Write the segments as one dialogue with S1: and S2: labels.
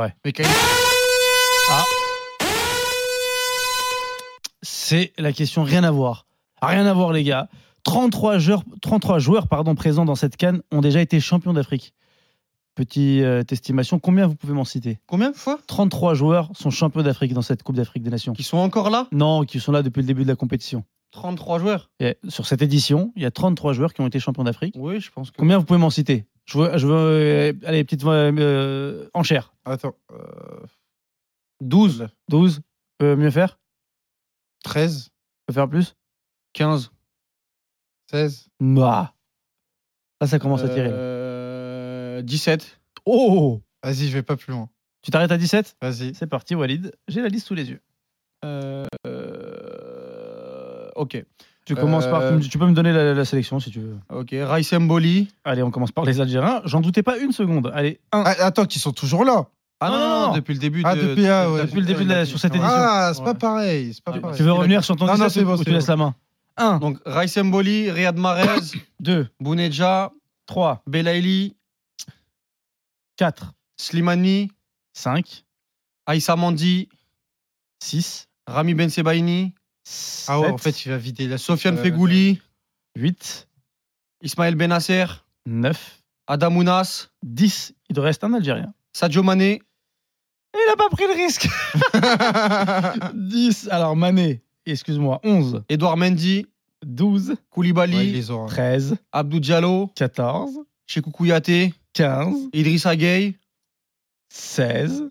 S1: Ouais. Ah.
S2: Mécanique.
S1: C'est la question, rien à voir. Ah, Rien à voir, les gars. 33 joueurs, 33 joueurs pardon, présents dans cette canne ont déjà été champions d'Afrique. Petite euh, estimation, combien vous pouvez m'en citer
S2: Combien de fois
S1: 33 joueurs sont champions d'Afrique dans cette Coupe d'Afrique des Nations.
S2: Qui sont encore là
S1: Non, qui sont là depuis le début de la compétition.
S2: 33 joueurs.
S1: Et sur cette édition, il y a 33 joueurs qui ont été champions d'Afrique.
S2: Oui, je pense que.
S1: Combien vous pouvez m'en citer Je veux, je veux euh, allez, petite euh, euh, enchère.
S3: Attends. euh,
S2: 12,
S1: 12 Peut euh, mieux faire
S3: 13,
S1: Peut faire plus
S2: 15.
S3: 16,
S1: Bah. Là, ça commence à tirer.
S2: Euh, 17.
S1: Oh
S3: vas-y, je vais pas plus loin.
S1: Tu t'arrêtes à 17
S3: Vas-y.
S1: C'est parti, Walid. J'ai la liste sous les yeux.
S2: Euh, euh, ok.
S1: Tu commences par.
S2: Euh,
S1: Tu peux me donner la, la sélection si tu veux.
S2: Ok. Rice Mboli.
S1: Allez, on commence par les Algériens. J'en doutais pas une seconde. Allez, 1.
S3: Ah, attends, qu'ils sont toujours là.
S2: Ah non,
S1: Non,
S2: non,
S1: non.
S2: depuis le début.
S3: Ah,
S2: de,
S3: depuis, ah, ouais.
S1: Depuis le début de la- sur cette édition.
S3: Ah, c'est pas
S2: Ouais. Ah,
S3: pareil. C'est pas
S2: Tu-
S3: pareil.
S1: tu veux
S2: c'est
S1: revenir sur ton
S3: Non, non,
S1: 17
S3: c'est
S1: ou-
S3: bon,
S1: ou
S3: c'est
S1: tu
S3: bon.
S1: laisses la main 1,
S2: Donc Rice Mboli, Riyad Mahrez,
S1: 2,
S2: Bouneja,
S1: 3,
S2: Belaïli,
S1: 4,
S2: Slimani,
S1: 5,
S2: Aïssa Mandi,
S1: 6,
S2: Rami Ben Sebaini,
S1: 7,
S3: Ah ouais, en fait, il va vider la
S2: Sofiane
S3: Euh,
S2: Fegouli,
S1: 8,
S2: Ismaël Benasser,
S1: 9,
S2: Adam Ounas,
S1: 10. Il te reste un Algérien.
S2: Sadio Mané,
S1: Il a pas pris le risque 10, alors Mané, excuse-moi, 11,
S2: Edouard Mendy,
S1: 12,
S2: Koulibaly,
S3: Ouais, il les aura.
S1: 13,
S2: Abdou Diallo,
S1: 14,
S2: Chekou Kouyaté,
S1: 15,
S2: Idrissa Gueye,
S1: 16.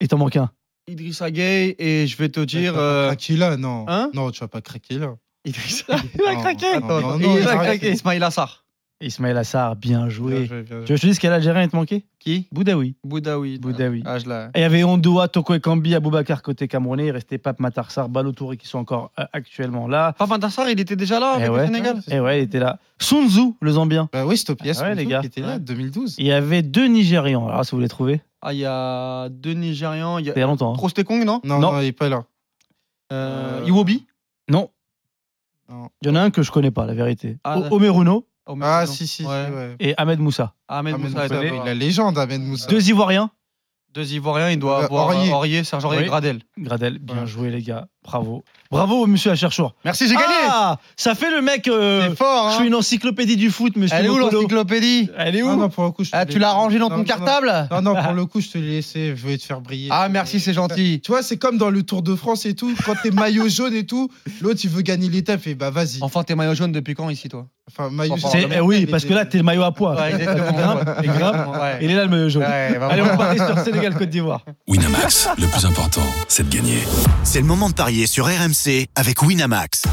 S1: Et t'en manques un.
S2: Idrissa Gueye et je vais te
S3: Tu vas
S2: dire
S3: pas
S2: euh,
S3: craquer là, non.
S2: hein
S3: non, tu vas pas craquer là.
S2: Idrissa Gueye.
S1: Il
S3: Non,
S1: Ah,
S2: Attends,
S3: non,
S2: attends,
S3: non,
S2: il
S3: il
S2: a
S3: a
S2: craqué.
S3: craqué.
S2: Ismail Assar.
S1: Ismaël Assar, bien
S3: Bien
S1: joué.
S3: joué, bien
S1: Tu veux
S3: joué.
S1: que je te dise quel Algérien il te manquait
S2: Qui
S1: Boudaoui.
S2: Boudaoui.
S1: Boudaoui.
S2: Ah, je l'ai.
S1: Et il y avait Ondoa, Toko Ekambi, Aboubakar côté camerounais. Il restait Pape Matarsar, Balotouré qui sont encore euh, actuellement là.
S2: Papa Tassar, il était déjà là
S1: Eh
S2: avec
S1: ouais.
S2: le Sénégal.
S1: Et ouais, il était là. Sunzu, le Zambien.
S3: Bah oui, Stop Yes,
S1: Ah ouais, les gars.
S3: qui était là,
S2: Ouais.
S3: 2012.
S1: Il y avait deux Nigérians. Alors, si vous les trouvez,
S2: Ah, il y a deux Nigérians. Il y
S1: il y
S2: a
S1: a longtemps. hein.
S2: Prostekong, non
S3: Non,
S1: Non.
S3: non, il est pas là.
S2: euh,
S3: Euh,
S2: Iwobi
S1: Non,
S3: Non.
S1: il y en a un que je connais pas, la vérité.
S2: Ah,
S1: O-
S2: d'accord.
S1: Omeruno
S2: Oh, mais
S3: Ah,
S2: non.
S3: si, si, si,
S2: Ouais.
S3: ouais. Ah,
S1: et Ahmed Moussa.
S2: Ahmed,
S3: Ahmed
S2: Moussa,
S3: Moussa,
S2: il doit
S3: la
S2: avoir-
S3: légende, Ahmed Moussa.
S1: Deux Ivoiriens.
S2: Deux Ivoiriens, il doit
S3: Euh,
S2: avoir
S3: Aurier.
S2: euh, Aurier, Serge Aurier,
S1: Oui.
S2: Gradel.
S1: Gradel, bien
S3: Ouais.
S1: joué, les gars. Bravo. Bravo, monsieur Acherchour.
S3: Merci, j'ai gagné.
S1: Ah, ça fait le mec. euh,
S3: C'est fort,
S1: Je suis
S3: hein.
S1: une encyclopédie du foot, monsieur.
S2: Elle est où
S1: Mokolo.
S2: l'encyclopédie
S1: Elle est où
S3: Non, non, pour le coup, je te
S2: Ah,
S3: l'ai-
S2: Tu l'as rangée dans
S3: Non,
S2: ton
S3: non,
S2: cartable
S3: Non, non, pour le coup, je te l'ai laissé. Je voulais te faire briller.
S2: Ah, merci, c'est gentil.
S3: Tu vois, c'est comme dans le Tour de France et tout. Quand t'es maillot jaune et tout, l'autre, il veut gagner l'étape. Et bah, vas-y.
S2: Enfin, t'es maillot jaune depuis quand ici, toi
S3: Enfin, maillot
S2: Enfin,
S1: C'est-
S3: jaune.
S1: eh oui, parce que là, t'es le maillot à poids. Grimpe, Ah. et grimpe.
S2: Ouais.
S1: Il est là le maillot jaune.
S2: Ouais,
S1: Allez,
S2: vraiment.
S1: on parler sur Sénégal-Côte d'Ivoire.
S4: Winamax, le plus important, c'est de gagner.
S5: C'est le moment de parier sur RMC avec Winamax.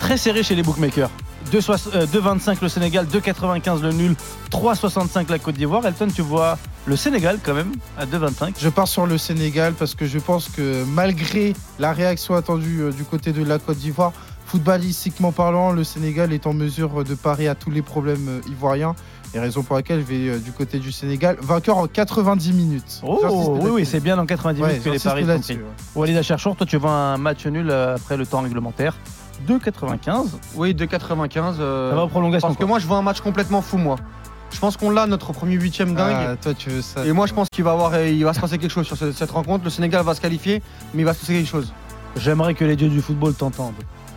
S1: Très serré chez les bookmakers. 2,25 euh, 2,25 le Sénégal, 2,95 le nul, 3,65 la Côte d'Ivoire. Elton, tu vois le Sénégal quand même à 2,25.
S3: Je pars sur le Sénégal parce que je pense que malgré la réaction attendue euh, du côté de la Côte d'Ivoire, footballistiquement parlant, le Sénégal est en mesure euh, de parer à tous les problèmes euh, ivoiriens. Et raison pour laquelle je vais euh, du côté du Sénégal, vainqueur en 90 minutes. J'insiste
S1: Oh, oui,
S3: là-dessus.
S1: oui, c'est bien dans 90
S3: Ouais,
S1: minutes que les
S3: j'insiste
S1: paris sont
S3: là-dessus,
S1: pris.
S3: ouais.
S1: Walid Acharchour, toi tu vois un match nul euh, après le temps réglementaire. 2,95.
S2: Oui, 2,95. euh,
S1: Ça va en prolongation.
S2: parce que
S1: quoi.
S2: moi, je vois un match complètement fou, moi. Je pense qu'on l'a, notre premier huitième dingue.
S3: Ah, toi, tu veux ça.
S2: Et moi, je pense qu'il va, avoir, il va se passer quelque chose sur ce- cette rencontre. Le Sénégal va se qualifier, mais il va se passer quelque chose.
S1: J'aimerais que les dieux du football t'entendent.